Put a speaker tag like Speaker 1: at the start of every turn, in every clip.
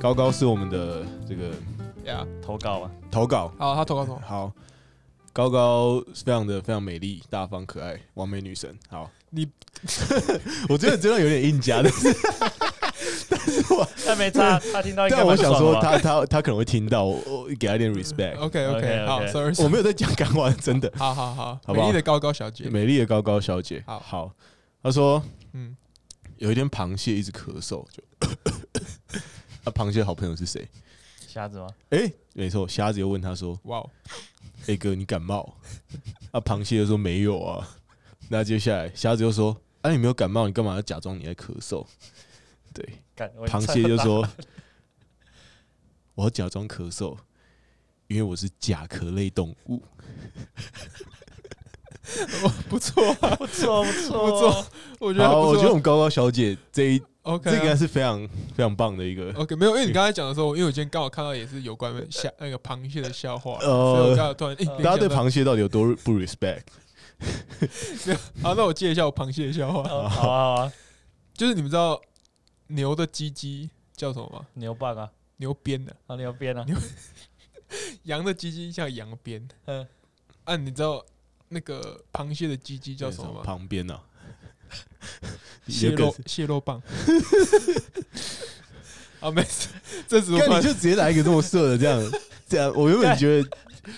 Speaker 1: 高高是我们的这个
Speaker 2: 呀，
Speaker 3: 投稿啊，
Speaker 1: 投稿，
Speaker 2: 好，他投稿什么？
Speaker 1: 好，高高非常的非常美丽、大方、可爱，完美女神。好，
Speaker 2: 你，
Speaker 1: 我觉得这段有点硬加，但 是，但是我，
Speaker 3: 但没差，他听到应该
Speaker 1: 但啊我
Speaker 3: 蛮
Speaker 1: 想
Speaker 3: 爽的
Speaker 1: 说
Speaker 3: 吧
Speaker 1: 他，他他可能会听到，我我给他一点 respect。
Speaker 2: OK OK，
Speaker 3: OK，OK
Speaker 2: 好，sorry，
Speaker 1: 我没有在讲干话，真 的。
Speaker 2: 好好好，
Speaker 1: 好不好
Speaker 2: 美丽的高高小姐，
Speaker 1: 美丽的高高小姐，
Speaker 2: 好
Speaker 1: 好，她说
Speaker 2: 嗯，
Speaker 1: 有一天螃蟹一直咳嗽，就啊，螃蟹好朋友是谁？
Speaker 3: 瞎子吗？
Speaker 1: 哎、没错，瞎子又问他说
Speaker 2: 哇哦，：“
Speaker 1: 哎、哥，你感冒？”啊，螃蟹又说：“没有啊。”那接下来瞎子又说：“啊，你没有感冒，你干嘛要假装你在咳嗽？”对，
Speaker 3: 干我
Speaker 1: 螃蟹就说：“我要假装咳嗽，因为我是甲壳类动物。
Speaker 2: 不错啊，
Speaker 3: 不错不错
Speaker 2: 不错，我”觉得
Speaker 1: 好，我
Speaker 2: 不
Speaker 1: 觉得我
Speaker 2: 错
Speaker 1: 们高高小姐这 一、
Speaker 2: ，OK，
Speaker 1: 这个应嗯
Speaker 2: 啊
Speaker 1: 该是非常非常棒的一个
Speaker 2: OK，没有，因为你刚才讲的时候，因为我今天刚好看到也是有关 虾那个螃蟹的笑话，
Speaker 1: 呃
Speaker 2: 所以我刚才突然哎，
Speaker 1: 大家对
Speaker 2: 螃
Speaker 1: 螃蟹到底有多不 respect？
Speaker 2: 好，那我接一下我螃蟹的笑话，
Speaker 3: 哦好啊好啊，
Speaker 2: 就是你们知道牛的鸡鸡叫什么吗？
Speaker 3: 牛棒啊，
Speaker 2: 牛鞭的，
Speaker 3: 啊牛鞭啊，
Speaker 2: 羊的鸡鸡叫羊鞭，
Speaker 3: 嗯，
Speaker 2: 啊，你知道那个螃蟹的鸡鸡 叫什么吗？
Speaker 1: 旁边 呢、啊？
Speaker 2: 蟹
Speaker 1: 有
Speaker 2: 肉
Speaker 1: 个
Speaker 2: 蟹 肉棒。啊，没事，这只
Speaker 1: 干你
Speaker 2: 是
Speaker 1: 就直接来一个这么色的，这 样这样，我原本觉得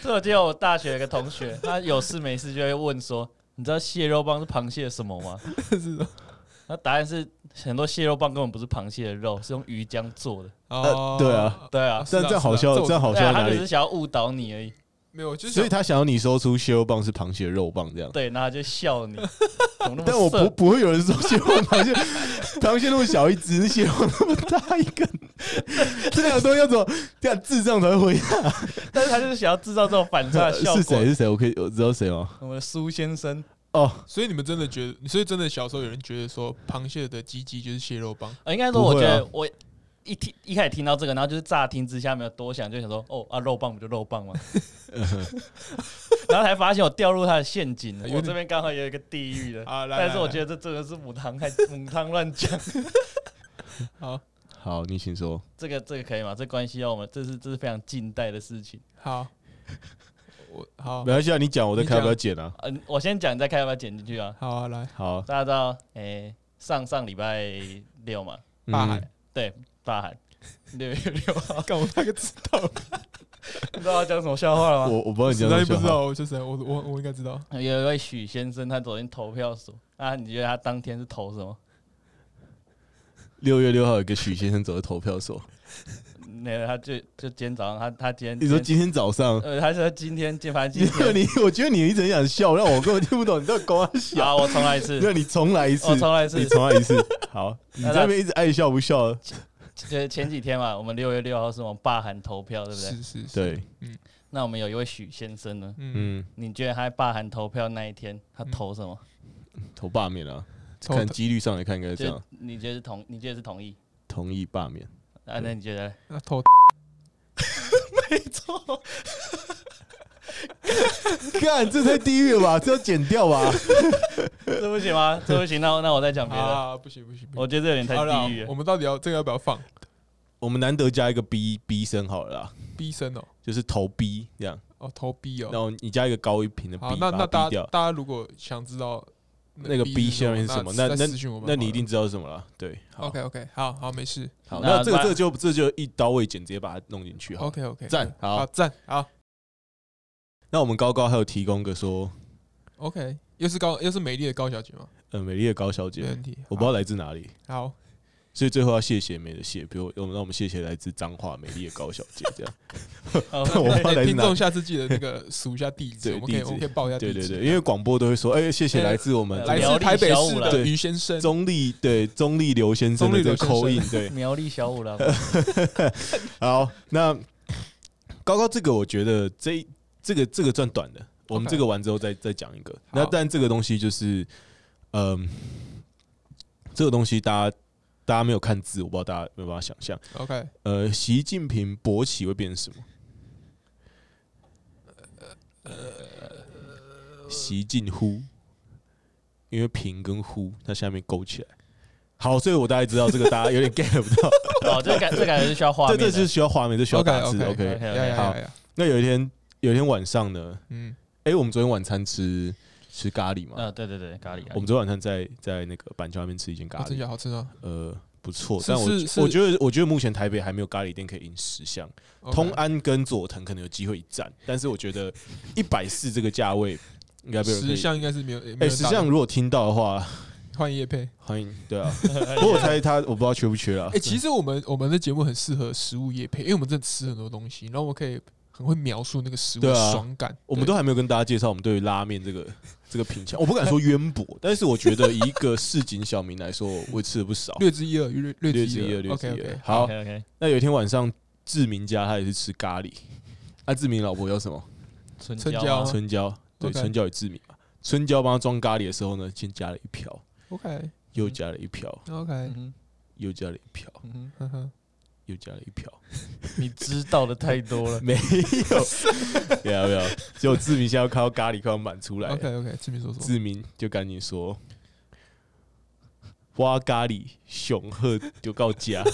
Speaker 3: 这我记得我大学有个同学， 他有事没事就会问说，你知道蟹肉棒是螃蟹什么 吗？
Speaker 2: 是
Speaker 3: 那答案是很多蟹肉棒根本不是螃蟹的肉，是用鱼浆做的。
Speaker 2: 哦，
Speaker 1: 对啊，
Speaker 3: 对啊，
Speaker 2: 是
Speaker 1: 但
Speaker 2: 啊
Speaker 1: 这样好
Speaker 2: 是啊
Speaker 1: 笑，这
Speaker 2: 这我
Speaker 1: 样好
Speaker 3: 对
Speaker 1: 笑
Speaker 3: 啊，
Speaker 1: 在
Speaker 3: 他
Speaker 1: 哪
Speaker 3: 只
Speaker 1: 里
Speaker 3: 是？想要误导你而已。
Speaker 2: 没有，就是
Speaker 1: 所以他想要你说出蟹肉棒是螃蟹肉棒这样，
Speaker 3: 对，然后他就笑 你，怎么那么
Speaker 1: 但我
Speaker 3: 色
Speaker 1: 不不会有人说蟹肉棒螃蟹，螃蟹那么小一只，蟹肉那么大一根，这两个东西要怎么这样智障才会回答？
Speaker 3: 但是他就是想要制造这种反
Speaker 2: 啊
Speaker 3: 差的 效
Speaker 1: 是
Speaker 3: 果。
Speaker 1: 谁？是谁？我可以我知道谁吗？
Speaker 3: 我们的苏先生，
Speaker 1: 哦，
Speaker 2: 所以你们真的觉得，所以真的小时候有人觉得说螃蟹的鸡鸡就是蟹肉棒，
Speaker 3: 呃，应该说，我觉得
Speaker 1: 不
Speaker 3: 我
Speaker 2: 啊
Speaker 3: 一听一开始听到这个，然后就是乍听之下没有多想，就想说，哦啊，肉棒不就肉 棒吗？然后才发现我掉入他的陷阱了。
Speaker 2: 有点
Speaker 3: 我这边刚好有一个地狱的，
Speaker 2: 好来来
Speaker 3: 但是我觉得这真的是母汤太 母汤乱讲。
Speaker 2: 好
Speaker 1: 好，你请说。
Speaker 3: 这个这个可以吗？这关系到我们，这是这是非常近代的事情。
Speaker 2: 好，我好
Speaker 1: 没关系啊，你讲，我再看要不要剪啊。
Speaker 3: 嗯、我先讲，你再看要不要剪进去啊？
Speaker 2: 好啊，来
Speaker 1: 好，
Speaker 3: 大家知道，诶、上上礼拜六嘛，嗯
Speaker 2: 大
Speaker 1: 嗯
Speaker 2: 海，
Speaker 3: 对，大喊六月六号，
Speaker 2: 干我那个知道，
Speaker 3: 你知道要讲什么笑话了吗？
Speaker 1: 我我不知道你
Speaker 2: 实
Speaker 1: 讲
Speaker 2: 在
Speaker 1: 什
Speaker 2: 不
Speaker 1: 么
Speaker 2: 知
Speaker 1: 笑话。
Speaker 2: 道，我就是我我我应该知道，
Speaker 3: 有一位许先生，他昨天投票所啊，你觉得他当天是投什么？
Speaker 1: 六月六号有一个许先生走到投票所，
Speaker 3: 那个他就就今天早上，他他今天
Speaker 1: 你说今天早上，
Speaker 3: 呃，他说今天今反正
Speaker 1: 你
Speaker 3: 今 天
Speaker 1: 你，我觉得你一直很想笑，让我根本听不懂你在搞啥笑。
Speaker 3: 啊，我重来一次，
Speaker 1: 那你重来一次
Speaker 2: 哦
Speaker 3: 我，重来一
Speaker 1: 你
Speaker 3: 次。
Speaker 1: 重来一次。好，你
Speaker 3: 那
Speaker 1: 在那边一直爱笑不笑？
Speaker 3: 就是前几天嘛，我们六月六号是往霸韩投票，对不对？
Speaker 2: 是是是，
Speaker 1: 对，
Speaker 3: 那我们有一位许先生呢，
Speaker 2: 嗯，
Speaker 1: 嗯，
Speaker 3: 你觉得他在霸韩投票那一天，他投什么？
Speaker 1: 投罢免啊，
Speaker 2: 投
Speaker 1: 看几率上来看应该是这
Speaker 3: 就
Speaker 1: 样，
Speaker 3: 你觉得是同，你觉得是同意？
Speaker 1: 同意罢免。
Speaker 3: 啊，那你觉 得？
Speaker 2: 那投
Speaker 3: 没错，
Speaker 1: 看，这太地狱了 吧？这要剪掉吧？
Speaker 3: 这不行吗？这不行，那那我再讲别的。
Speaker 2: 啊，不行不行不
Speaker 3: 我
Speaker 2: 行，
Speaker 3: 觉得这有点太
Speaker 2: 好了
Speaker 3: 地狱，啊了
Speaker 2: 我。们到底要这个要不要放
Speaker 1: 我们难得加一个 B B 声好了啦，
Speaker 2: 逼声哦？
Speaker 1: 就是投 B 这样，
Speaker 2: 哦，投逼
Speaker 1: 然
Speaker 2: 哦，
Speaker 1: 后你加一个高一平的 B，
Speaker 2: 好，那那
Speaker 1: 把它
Speaker 2: 大
Speaker 1: 逼
Speaker 2: 家
Speaker 1: 掉。
Speaker 2: 大家如果想知道
Speaker 1: 那个 B
Speaker 2: 逼
Speaker 1: 下面是什么那
Speaker 2: 再私讯我们好
Speaker 1: 那
Speaker 2: 了，
Speaker 1: 你一定知道是什么了，对。好
Speaker 2: OK OK，好好没事
Speaker 1: 好，
Speaker 3: 那
Speaker 1: 那这个
Speaker 3: 那
Speaker 1: 这个就这就一刀未剪，直接把它弄进去好了。
Speaker 2: ，OK OK，
Speaker 1: 赞好
Speaker 2: 好赞好。
Speaker 1: 那我们高高还有提供个说，
Speaker 2: OK，又是高又是美丽的高小姐吗？
Speaker 1: 呃，美丽的高小
Speaker 2: 没
Speaker 1: 姐，
Speaker 2: 问题。
Speaker 1: 我不知道来自哪里，
Speaker 2: 好，好，
Speaker 1: 所以最后要谢谢美的谢，比如我们让我们谢谢来自彰化美丽的高小姐这样。
Speaker 3: 哦
Speaker 1: 我不知道
Speaker 2: 哎
Speaker 1: 来自
Speaker 2: 听
Speaker 1: 哪
Speaker 2: 众
Speaker 1: 里。
Speaker 2: 下次记得那个数一下地址，
Speaker 1: 对
Speaker 2: 我们可
Speaker 1: 地
Speaker 2: 以
Speaker 1: 址
Speaker 2: 我们可以报一下地
Speaker 1: 对
Speaker 2: 址。
Speaker 1: 对对，因为广播都会说，哎，谢谢来自我们
Speaker 3: 呃
Speaker 2: 啊来
Speaker 3: 苗
Speaker 2: 自
Speaker 3: 栗
Speaker 2: 台北
Speaker 3: 小
Speaker 2: 市
Speaker 3: 五
Speaker 2: 的
Speaker 1: 啦
Speaker 2: 于先生，
Speaker 1: 中立对中立刘先生的这个
Speaker 2: 中
Speaker 1: 口
Speaker 2: 立
Speaker 1: 音
Speaker 2: 刘，
Speaker 1: 对，
Speaker 3: 苗栗小五郎，
Speaker 1: 好，那高高这个，我觉得这一这个这个算短的，我们
Speaker 2: OK
Speaker 1: 这个完之后再再讲一个。那
Speaker 2: 好
Speaker 1: 但这个东西就是，嗯，这个东西大家大家没有看字，我不知道大家有没有办法想象。
Speaker 2: OK，
Speaker 1: 呃，习近平勃起会变成什么？习近乎，因为平跟呼，它下面勾起来，好，所以我大概知道这个，大家有点 get 不到。
Speaker 3: 哦，这感这感觉是需要画
Speaker 1: 对，
Speaker 3: 面
Speaker 1: 这
Speaker 3: 的，
Speaker 1: 就是需要画面，这需要打字。
Speaker 2: OK，OK，
Speaker 1: OK，
Speaker 2: 呀呀
Speaker 1: 好
Speaker 2: 呀呀，
Speaker 1: 那有一天，有一天晚上呢，
Speaker 2: 嗯，
Speaker 1: 哎，我们昨天晚餐吃吃咖喱嘛，
Speaker 3: 嗯，对对对，咖喱咖
Speaker 1: 我
Speaker 3: 喱
Speaker 1: 们昨天晚上在在那个板桥那边吃一间咖
Speaker 2: 好吃
Speaker 1: 喱，
Speaker 2: 呀，好吃吗？
Speaker 1: 呃，不错。
Speaker 2: 哦是
Speaker 1: 但我
Speaker 2: 是是
Speaker 1: 我觉得我觉得目前台北还没有咖喱店可以赢十项，
Speaker 2: OK
Speaker 1: 通哎安跟佐藤可能有机会一战，但是我觉得一百四这个价位应该被人可
Speaker 2: 十
Speaker 1: 以。
Speaker 2: 项应该是没有，
Speaker 1: 哎，
Speaker 2: 哎
Speaker 1: 十项如果听到的话，
Speaker 2: 换叶配。
Speaker 1: 欢迎。对 啊，不过我猜他我不知道缺不缺啊
Speaker 2: 哎、。其实我们我们的节目很适合食物叶配，因为我们真的吃很多东西，然后我们可以很会描述那个食物
Speaker 1: 对
Speaker 2: 的
Speaker 1: 啊
Speaker 2: 爽感。
Speaker 1: 我们都还没有跟大家介绍我们对于拉面这个 这个品相，我不敢说渊博，但是我觉得以一个市井小民来说，我吃了不少
Speaker 2: 对。略知一二，略略
Speaker 1: 略
Speaker 2: 知
Speaker 1: 知一二，略
Speaker 2: o
Speaker 1: 知
Speaker 2: k
Speaker 1: 一
Speaker 2: OK，
Speaker 1: 二。好，
Speaker 3: ，OK OK，
Speaker 1: 那有一天晚上，志明家他也是吃咖喱，啊，志明老婆叫什么？
Speaker 3: 春
Speaker 2: 春
Speaker 3: 椒
Speaker 2: 椒
Speaker 3: 吗
Speaker 1: 春娇，对，
Speaker 2: 哦 OK
Speaker 1: 春娇与志明嘛。春娇帮他装咖喱的时候呢，先加了一瓢，
Speaker 2: OK
Speaker 1: 又加了一瓢，
Speaker 2: OK，
Speaker 3: 嗯哼
Speaker 1: 又加了一瓢，
Speaker 3: 嗯哼
Speaker 2: 呵呵，
Speaker 1: 又加了一瓢，，
Speaker 3: 你知道的太多了
Speaker 1: 没有，没有没有，结果志明现在看到咖喱快要满出来了
Speaker 2: OK OK，志明说说，
Speaker 1: 志明就赶紧说：“挖咖喱雄鹤就告家，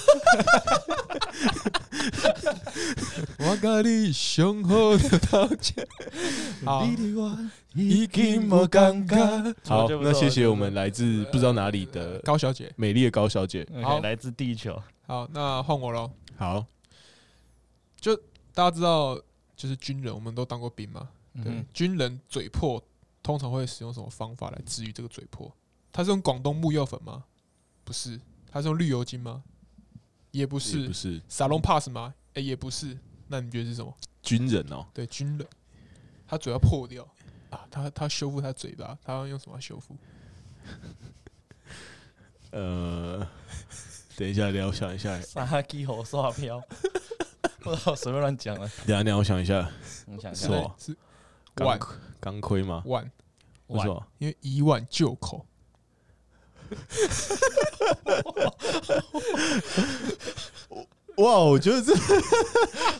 Speaker 2: 我咖喱雄厚的刀剑，好，已经没尴尬。
Speaker 1: 好，
Speaker 3: 这不错
Speaker 1: 那谢谢我们来自
Speaker 2: 啊
Speaker 1: 不知道哪里的
Speaker 2: 高小姐，
Speaker 1: 美丽的高小姐。
Speaker 3: OK，
Speaker 2: 好
Speaker 3: 来自地球，
Speaker 2: 好，那换我喽。
Speaker 1: 好，
Speaker 2: 大家知道，就是军人，我们都当过兵嘛，对，
Speaker 3: 嗯
Speaker 2: 军人嘴破通常会使用什么方法来治愈这个嘴破？他是用广东木药粉吗？不是，他是用绿油精吗？也不
Speaker 1: 也
Speaker 2: 是
Speaker 1: 不，是
Speaker 2: 沙龙 pass 吗？哎、也不是。那你觉得是什么？
Speaker 1: 军人哦，
Speaker 2: 对，军人，他嘴要破掉啊，他他修复他嘴巴，他要用什么修复？
Speaker 1: 呃，等一下，等一下，我想一下，
Speaker 3: 杀鸡猴刷飘， 我操，随便乱讲了，
Speaker 1: 等一下，等一下，我想一下，
Speaker 3: 你想
Speaker 1: 是什
Speaker 3: 想
Speaker 2: 对
Speaker 1: 么
Speaker 2: 是
Speaker 1: 钢
Speaker 2: 碗
Speaker 1: 钢盔吗？
Speaker 2: 碗，
Speaker 1: 为什么？
Speaker 2: 因为以碗救口。
Speaker 1: 哇，我觉得这，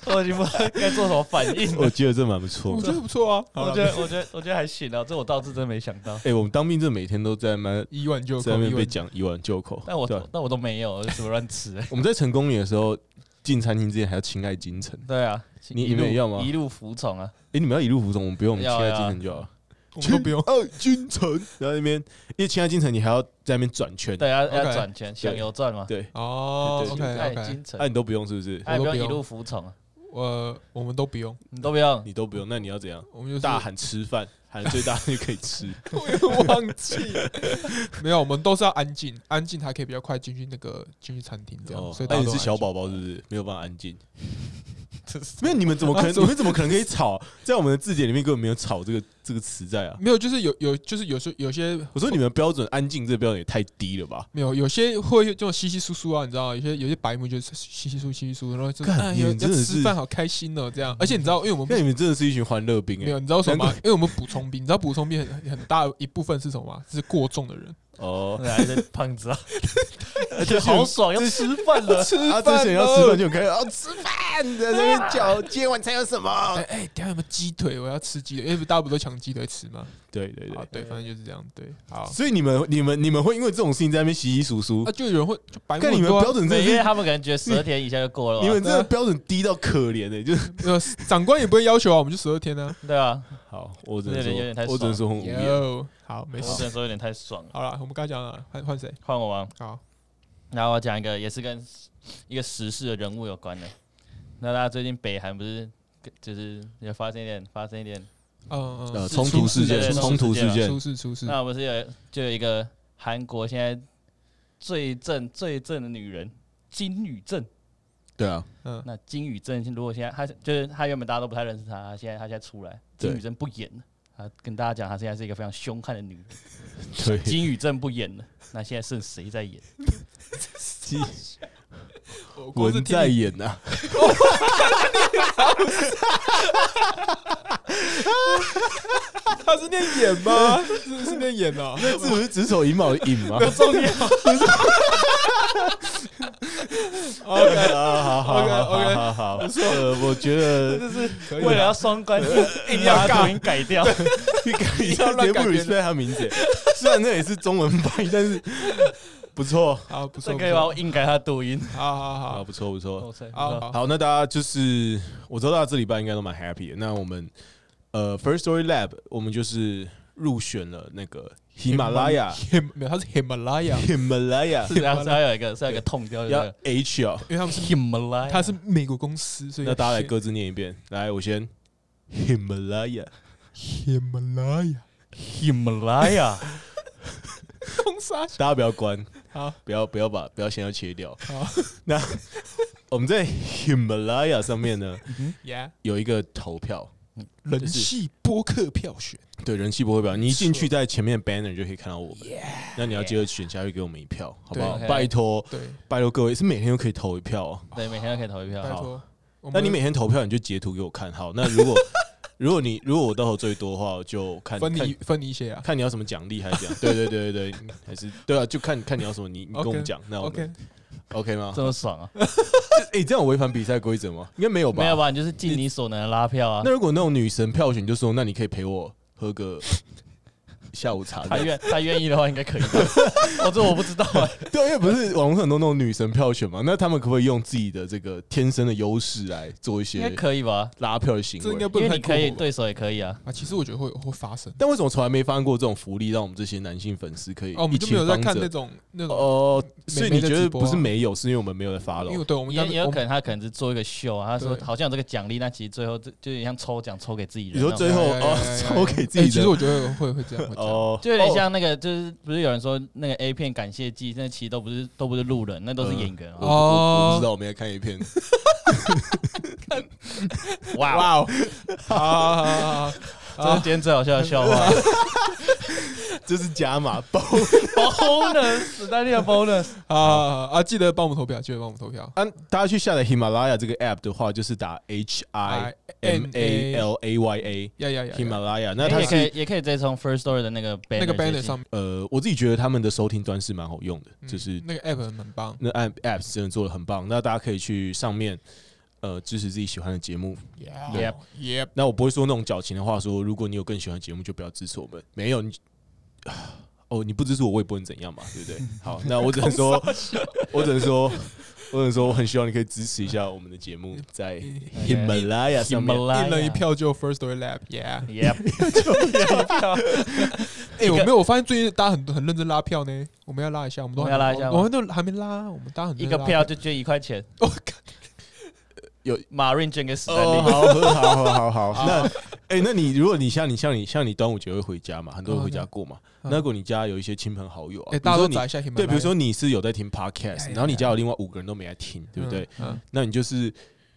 Speaker 3: 我已经不知道该做什么反应
Speaker 1: 我
Speaker 3: 了。
Speaker 1: 觉得这蛮不错
Speaker 2: 我。觉得不错啊，
Speaker 3: 我觉得， 我觉得，我觉得还行啊，这我倒是真没想到，
Speaker 1: 哎，我们当兵这每天都在那
Speaker 2: 以碗救
Speaker 1: 在那
Speaker 2: 口，
Speaker 1: 边
Speaker 2: 以
Speaker 1: 被
Speaker 2: 碗
Speaker 1: 讲一碗救口，
Speaker 3: 但我
Speaker 1: 对吧啊
Speaker 3: 但我都没有，我就随便乱吃。哎
Speaker 1: 我们在成功里的时候，进餐厅之前还要亲爱京城。
Speaker 3: 对啊，
Speaker 1: 你
Speaker 3: 一
Speaker 1: 你们
Speaker 3: 路
Speaker 1: 也要吗
Speaker 3: 一路服从啊，
Speaker 1: 哎、你们要一路服从，我们不用，我们
Speaker 3: 要
Speaker 1: 亲爱
Speaker 3: 要
Speaker 1: 京城就好了。
Speaker 2: 我们都不用。
Speaker 1: 爱京城，然后那边，因为亲爱京城，你还要在那边转圈，
Speaker 3: 对，要
Speaker 2: OK
Speaker 3: 要转圈，想油转嘛。哎
Speaker 1: 对，
Speaker 2: 哦
Speaker 1: 对
Speaker 2: ，OK
Speaker 3: 爱
Speaker 2: OK，
Speaker 3: 京城
Speaker 1: 那、，你都不用是不是？
Speaker 3: 爱
Speaker 2: 我都
Speaker 3: 哎要
Speaker 2: 不
Speaker 3: 一
Speaker 2: 用
Speaker 3: 路服从啊，
Speaker 2: 呃，我们都不用，
Speaker 3: 你都不用。
Speaker 1: 你都不用，那你要怎样？
Speaker 2: 我们就是
Speaker 1: 大喊吃饭，喊最大就可以吃。
Speaker 2: 我也忘记 了，没有，我们都是要安静，安静才可以比较快进去那个进去餐厅这样。
Speaker 1: 哦
Speaker 2: 啊所以，大
Speaker 1: 那
Speaker 2: 家
Speaker 1: 你
Speaker 2: 都
Speaker 1: 是
Speaker 2: 很
Speaker 1: 小
Speaker 2: 安静啊
Speaker 1: 宝宝是不是？没有办法安 静。没有，你们怎么可能？
Speaker 2: 怎
Speaker 1: 你
Speaker 2: 么
Speaker 1: 们怎么可能可以吵？在我们的字典里面根本没有“吵”这个这个词在啊。
Speaker 2: 没有，就是有有就是有时有些
Speaker 1: 我说你们标准安静这标准也太低了吧？
Speaker 2: 没有，有些会这种稀稀疏疏啊，你知道，有些有些白目就是稀稀疏稀稀疏，然后就是
Speaker 1: 干
Speaker 2: 哎
Speaker 1: 你
Speaker 2: 呀，
Speaker 1: 们
Speaker 2: 要
Speaker 1: 真的
Speaker 2: 吃
Speaker 1: 是嗯
Speaker 2: 饭好开心哦，这样。而且你知道，因为我们
Speaker 1: 那你们真的是一群欢乐兵哎、
Speaker 2: 没有，你知道为什么吗？因为我们补充兵，你知道补充兵很很大一部分是什么吗？是过重的人，
Speaker 1: 哦，
Speaker 3: 来的胖子啊，
Speaker 1: 而且
Speaker 3: 好爽，要吃饭了。
Speaker 2: 吃
Speaker 1: 啊，这些人要吃饭就很开始啊，吃饭在那边叫，今天晚餐有什么
Speaker 2: 哎？哎，等一下有没有鸡腿？我要吃鸡腿，因为大家不都抢鸡腿吃吗？
Speaker 1: 对对
Speaker 2: 啊
Speaker 1: 对，，
Speaker 2: 对，反正就是这样，对，好。
Speaker 1: 所以你们、你们、你们会因为这种事情在那边洗洗簌
Speaker 2: 啊，
Speaker 1: 簌，
Speaker 2: 就有人会就白目
Speaker 1: 看你
Speaker 2: 很
Speaker 1: 们
Speaker 2: 多啊
Speaker 1: 标准真
Speaker 3: 对，
Speaker 1: 的
Speaker 3: 因为
Speaker 1: 是，
Speaker 3: 他们感觉十二天以下就够了啊
Speaker 1: 你
Speaker 3: 嘛，
Speaker 1: 们真的标准低到可怜的，就是
Speaker 2: 呃，长官也不会要求啊，我们就十二 天呢、
Speaker 3: 对啊，
Speaker 1: 好，我只能
Speaker 3: 有点有点
Speaker 1: 说
Speaker 3: 太，
Speaker 1: 我只能说很无言。
Speaker 2: 有，好，没
Speaker 3: 我只
Speaker 2: 事。
Speaker 3: 能说有点太爽了。
Speaker 2: 好了，我们刚才讲了，换换谁？
Speaker 3: 换我吗？
Speaker 2: 好，
Speaker 3: 然后我讲一个也是跟一个时事的人物有关的。那大家最近北韩不是就是有发生一点发生一点，
Speaker 2: 嗯
Speaker 1: 呃，
Speaker 2: 嗯，
Speaker 1: 冲突事件
Speaker 3: 对，对
Speaker 1: 冲突事件啊
Speaker 2: 出，事出事。
Speaker 3: 那不是有就有一个韩国现在最正最正的女人金宇镇。
Speaker 1: 对啊，
Speaker 2: 嗯，
Speaker 3: 那金宇镇如果现在她就是她原本大家都不太认识她，她现在她现在出来，
Speaker 1: 对
Speaker 3: 金宇镇不演了。啊，跟大家讲，她现在是一个非常凶悍的女人。
Speaker 1: 对，
Speaker 3: 金宇镇不演了，那现在剩谁在演？
Speaker 2: 我光是
Speaker 1: 文
Speaker 2: 听
Speaker 1: 在啊演呐，
Speaker 2: 他是念演吗？是是念演哦。
Speaker 1: 这 不是指手银毛的影吗
Speaker 3: 重点
Speaker 1: ？OK 啊，好好
Speaker 2: OK，OK
Speaker 1: 好好好，不错。呃我觉 得
Speaker 2: 可以
Speaker 3: 为了
Speaker 2: 啦
Speaker 3: 要双关，硬
Speaker 2: 要
Speaker 3: 要
Speaker 2: 尬
Speaker 3: 把音改掉。
Speaker 1: 你改一
Speaker 2: 不要
Speaker 1: 下，
Speaker 2: 乱
Speaker 1: 直接
Speaker 2: 改
Speaker 1: 不
Speaker 2: 别人
Speaker 1: respect 他名字，虽然那也是中文翻译，但是不错
Speaker 2: 好，不
Speaker 3: 这
Speaker 2: 错，
Speaker 3: 可以
Speaker 2: 不
Speaker 3: 帮
Speaker 2: 错
Speaker 3: 我硬改他抖音。
Speaker 2: 好好
Speaker 1: 啊，
Speaker 2: 好
Speaker 1: 不错不错。
Speaker 3: 我操
Speaker 2: 好，好，
Speaker 1: 好，那大家就是我知道大家这礼拜应该都蛮 happy 的。那我们呃 First Story Lab，我们就是入选了那个喜马拉雅
Speaker 2: ，Him 没有，他是 Himalaya，
Speaker 1: 喜马拉雅
Speaker 3: 是然后是要有一个是要有一个痛掉
Speaker 1: 要
Speaker 3: 的
Speaker 1: H 哦。
Speaker 2: 因为他们是
Speaker 3: ，Himalaya，
Speaker 2: 他是美国公司，所以
Speaker 1: 那大家来各自念一遍，来，我先喜马拉雅
Speaker 2: Himalaya，
Speaker 3: Himalaya，
Speaker 2: 东沙
Speaker 1: 大家不要关，
Speaker 2: 好，
Speaker 1: 不要不要把不要先要切掉。
Speaker 2: 好
Speaker 1: 那我们在 Himalaya 上面呢
Speaker 2: ，Yeah，
Speaker 1: 有一个投票，
Speaker 2: 人气播客票选，
Speaker 1: 对人气不会表，你一进去在前面 banner 就可以看到我们。那你要记得选下去给我们一票，好不好？
Speaker 3: 对
Speaker 1: 拜托
Speaker 2: 对，
Speaker 1: 拜托各位，是每天都可以投一票哦。
Speaker 3: 对，每天都可以投一票
Speaker 2: 拜。
Speaker 3: 好
Speaker 2: 托，我
Speaker 1: 那
Speaker 2: 们
Speaker 1: 你每天投票你就截图给我看，好。那如果 如果你如果我到时候最多的话，我就看
Speaker 2: 分你
Speaker 1: 看
Speaker 2: 分你一些啊
Speaker 1: 看你要什么奖励还是怎样？ 对对对对对，还是对啊，就看看你要什么，你你跟我们讲，那我
Speaker 2: ，OK，
Speaker 1: 们 OK 吗？
Speaker 3: 这么爽啊？
Speaker 1: 哎，这样有违反比赛规则吗？应该没有吧？
Speaker 3: 没有吧？你就是尽你所能的拉票啊
Speaker 1: 那。如果那种女神票选，就说那你可以陪我喝 个下午茶这
Speaker 3: 他
Speaker 1: 样。
Speaker 3: 愿他愿意的话，应该可以吧。哦，这我不知道啊。
Speaker 1: 对啊，因为不是网络上很多那种女神票选嘛，那他们可不可以用自己的这个天生的优势来做一
Speaker 3: 应该
Speaker 1: 些
Speaker 3: 可以吧？
Speaker 1: 拉票的行
Speaker 2: 这应该
Speaker 1: 为？
Speaker 2: 不
Speaker 3: 因为
Speaker 2: 能
Speaker 3: 你
Speaker 2: 太
Speaker 3: 可以，
Speaker 2: 过火吧
Speaker 3: 对手也可以啊。
Speaker 2: 啊，其实我觉得会会发生，
Speaker 1: 但为什么从来没发生过这种福利，让我们这些男性粉丝可以
Speaker 2: 哦，我
Speaker 1: 一
Speaker 2: 们就
Speaker 1: 起
Speaker 2: 没有在
Speaker 1: 帮
Speaker 2: 看那
Speaker 1: 着？
Speaker 2: 种那种，
Speaker 1: 哦，
Speaker 2: 美
Speaker 1: 所以你觉
Speaker 2: 美的
Speaker 1: 得
Speaker 2: 直播
Speaker 1: 不
Speaker 2: 啊
Speaker 1: 是没有，是因为我们没有在发
Speaker 2: 因为
Speaker 1: 了。
Speaker 2: 对我们
Speaker 3: 也
Speaker 2: 刚
Speaker 3: 也有
Speaker 2: 我
Speaker 3: 可
Speaker 2: 们
Speaker 3: 能他可能只做一个秀啊，他说
Speaker 2: 对
Speaker 3: 好像有这个奖励，但其实最后就就有点像抽奖抽给自己
Speaker 1: 你
Speaker 3: 人那
Speaker 1: 说
Speaker 3: 种。
Speaker 1: 最后
Speaker 2: 哎哎
Speaker 1: 哦
Speaker 2: 哎哎，哎
Speaker 1: 抽给自己
Speaker 2: 哎其实
Speaker 1: 的
Speaker 2: 我觉得会会这样，会这样，
Speaker 1: 哦，
Speaker 3: 就有点
Speaker 1: 哦
Speaker 3: 像那个，就是不是有人说那个 A 片感谢祭，那其实都不是都不是路人，那都是演员
Speaker 1: 我我
Speaker 3: 啊。
Speaker 1: 我不
Speaker 2: 哦
Speaker 1: 知道，我没在看一片。
Speaker 3: 哇，
Speaker 2: 哇哦，啊，
Speaker 3: 这是今天最好笑的笑话
Speaker 1: 这是加码包
Speaker 3: ，bonus，丹尼的 bonus，
Speaker 2: 啊啊！记得帮我们投票，记得帮我们投票。
Speaker 1: 啊！大家去下载喜马拉雅这个 app 的话，就是打 H I M A L A Y A
Speaker 2: 呀呀呀！
Speaker 1: 喜马拉雅。那它
Speaker 3: 哎也可
Speaker 1: 是
Speaker 3: 以也可以直接从 first story 的那个 banner
Speaker 2: 那个 banner
Speaker 3: 直接
Speaker 2: 上面，
Speaker 1: 呃，我自己觉得他们的收听端是蛮好用的，
Speaker 2: 嗯
Speaker 1: 就是
Speaker 2: 那个 app 很棒。
Speaker 1: 那 app app 真的做的很棒。那大家可以去上面呃支持自己喜欢的节目。
Speaker 2: Yep Yep，
Speaker 1: 那我不会说那种矫情的话说如果你有更喜欢的节目就不要支持我们。没有你。 哦，你不支持我，我也不能怎样嘛，对不对？好，那我只能说，我只能说，我只能说，我很希望你可以支持一下我们的节目，在喜马拉雅上面。
Speaker 3: Himalaya
Speaker 2: 一人一票就 First Story Lab。Yeah，
Speaker 3: ，Yep，
Speaker 2: 哎，我没有，我发现最近大家很很认真拉票呢。我们要拉一下，我们都
Speaker 3: 我们要拉一下吗
Speaker 2: 我们都还没拉，我们大家很
Speaker 3: 一
Speaker 2: 认
Speaker 3: 个
Speaker 2: 真拉
Speaker 3: 票。就捐一块钱，
Speaker 2: 我靠，
Speaker 3: 马润捐给史丹
Speaker 1: 哦，
Speaker 3: 利，
Speaker 1: 好，好，好，好，好。那，哎、那你如果你像你像你像你端午节会回家嘛？很多人回家过嘛。
Speaker 2: 嗯
Speaker 1: 那如果你家有一些亲朋好友啊，比如
Speaker 2: 哎，大家
Speaker 1: 说
Speaker 2: 都
Speaker 1: 你
Speaker 2: 砸一下 Himalaya。
Speaker 1: 对，比如说你是有在听 podcast，
Speaker 2: 呀
Speaker 1: 然后你家有另外五个人都没在听，对不对？
Speaker 2: 嗯，
Speaker 1: 那你就是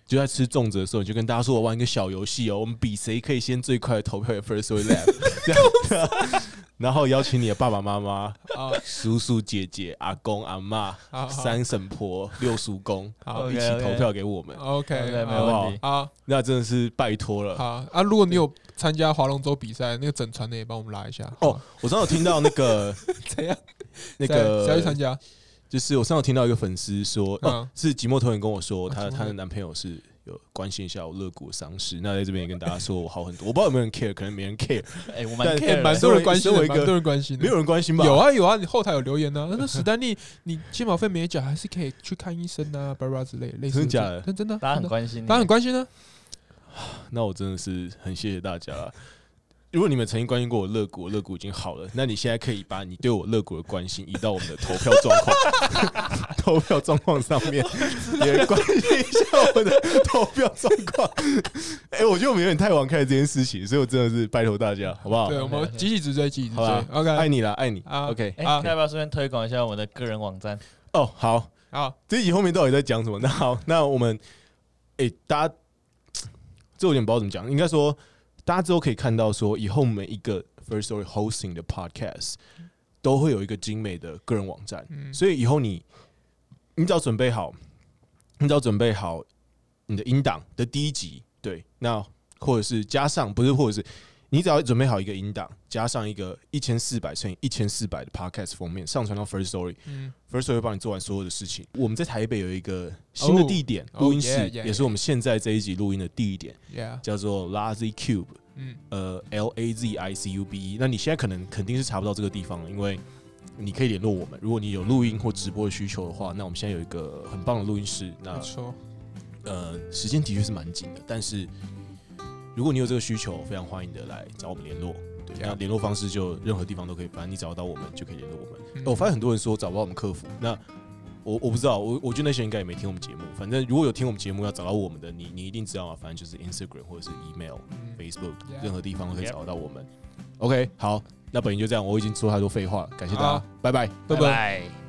Speaker 1: 就在吃粽子的时候，你就跟大家说我玩一个小游戏哦，我们比谁可以先最快的投票给 first story lab，这样然后邀请你的爸爸妈妈、
Speaker 2: 嗯 啊，
Speaker 1: 叔叔、姐姐、阿公、阿妈、
Speaker 2: 好好
Speaker 1: 三婶婆、六叔 公，
Speaker 2: 好
Speaker 1: 一起投票给我们。
Speaker 2: ，OK，
Speaker 3: 对，没
Speaker 1: 好不好
Speaker 3: 问题。
Speaker 2: 啊
Speaker 1: 那真的是拜托了。
Speaker 2: 好啊！如果你有参加划龙舟比赛，那个整船的也帮我们拉一下。
Speaker 1: 哦，我上次有听到那个
Speaker 2: 怎样？
Speaker 1: 那
Speaker 2: 谁要去参
Speaker 1: 个，
Speaker 2: 加？
Speaker 1: 就是我上次有听到一个粉丝说，哦
Speaker 2: 嗯，
Speaker 1: 是寂寞投影跟我说，
Speaker 2: 啊
Speaker 1: 她
Speaker 2: 寂寞
Speaker 1: 她的男朋友是有关心一下我乐谷的伤势。那在这边也跟大家说我好很多，我不知道有没有人 care，可能没人 care，
Speaker 3: 哎，我蛮
Speaker 1: 但
Speaker 3: care
Speaker 2: 哎，
Speaker 3: 的
Speaker 2: 蛮多人关心的，
Speaker 1: 身为一个
Speaker 2: 蛮多人关心 的。
Speaker 1: 没有人关心吧？
Speaker 2: 有，啊有啊，你后台有留 言呢、啊。那史丹利，你健保费没缴，还是可以去看医生啊，巴拉巴拉之类，类似
Speaker 1: 真的假的
Speaker 2: 这种真真的，
Speaker 3: 大家
Speaker 2: 真
Speaker 3: 很
Speaker 2: 的
Speaker 3: 关
Speaker 1: 嗯
Speaker 3: 心你，
Speaker 2: 大家很关心呢、
Speaker 1: 那我真的是很谢谢大家啦。如果你们曾经关心过我乐谷，我乐谷已经好了，那你现在可以把你对我乐谷的关心移到我们的投票状况， 投票状况上面，也关心一下我们的投票状况。 哎、我觉得我们有点太晚开始这件事情，所以我真的是拜托大家，好不好
Speaker 2: 对，？我们集体直追，集体直追。
Speaker 1: 好啦
Speaker 2: OK，
Speaker 1: 爱你啦，爱你。
Speaker 2: 啊
Speaker 1: OK，
Speaker 3: 哎，
Speaker 2: 啊
Speaker 3: 要不要顺便推广一下我们的个人网站？
Speaker 1: 哦，好，
Speaker 2: 好，
Speaker 1: 这一集后面到底在讲什么？那好，那我们，哎、大家这有点不知道怎么讲，应该说大家之后可以看到说，以后每一个 First Story Hosting 的 Podcast 都会有一个精美的个人网站，
Speaker 2: 嗯，
Speaker 1: 所以以后你你只要准备好，你只要准备好你的音档的第一集，对，那或者是加上不是，或者是你只要准备好一个音档，加上一个一千四百乘以一千四百的 Podcast 封面，上传到 First Story。
Speaker 2: 嗯，
Speaker 1: First Story 会帮你做完所有的事情。我们在台北有一个新的地点，
Speaker 2: 哦
Speaker 1: 录音室
Speaker 2: yeah, yeah,
Speaker 1: 也是我们现在这一集录音的地点，
Speaker 2: Yeah，
Speaker 1: 叫做 Lazy Cube，
Speaker 2: 嗯，
Speaker 1: 呃，L A Z I C U B E。那你现在可能肯定是查不到这个地方了，因为你可以联络我们。如果你有录音或直播的需求的话，那我们现在有一个很棒的录音室。那哦
Speaker 2: 没错，
Speaker 1: 呃，时间的确是蛮紧的，但是如果你有这个需求，非常欢迎的来找我们联络。对，
Speaker 2: Yeah
Speaker 1: 那联络方式就任何地方都可以，反正你找得到我们就可以联络我们。
Speaker 2: 嗯
Speaker 1: 我发现很多人说找不到我们客服，那我我不知道，我我觉得那些人应该也没听我们节目。反正如果有听我们节目要找到我们的，你你一定知道啊，反正就是 Instagram 或者是 email、
Speaker 2: 嗯
Speaker 1: Facebook，
Speaker 2: Yeah
Speaker 1: 任何地方都可以
Speaker 3: Yep
Speaker 1: 找得到我们。OK，好，那本音就这样，我已经说太多废话了，感谢大家，
Speaker 2: 好
Speaker 1: 拜拜。
Speaker 2: 拜
Speaker 3: 拜。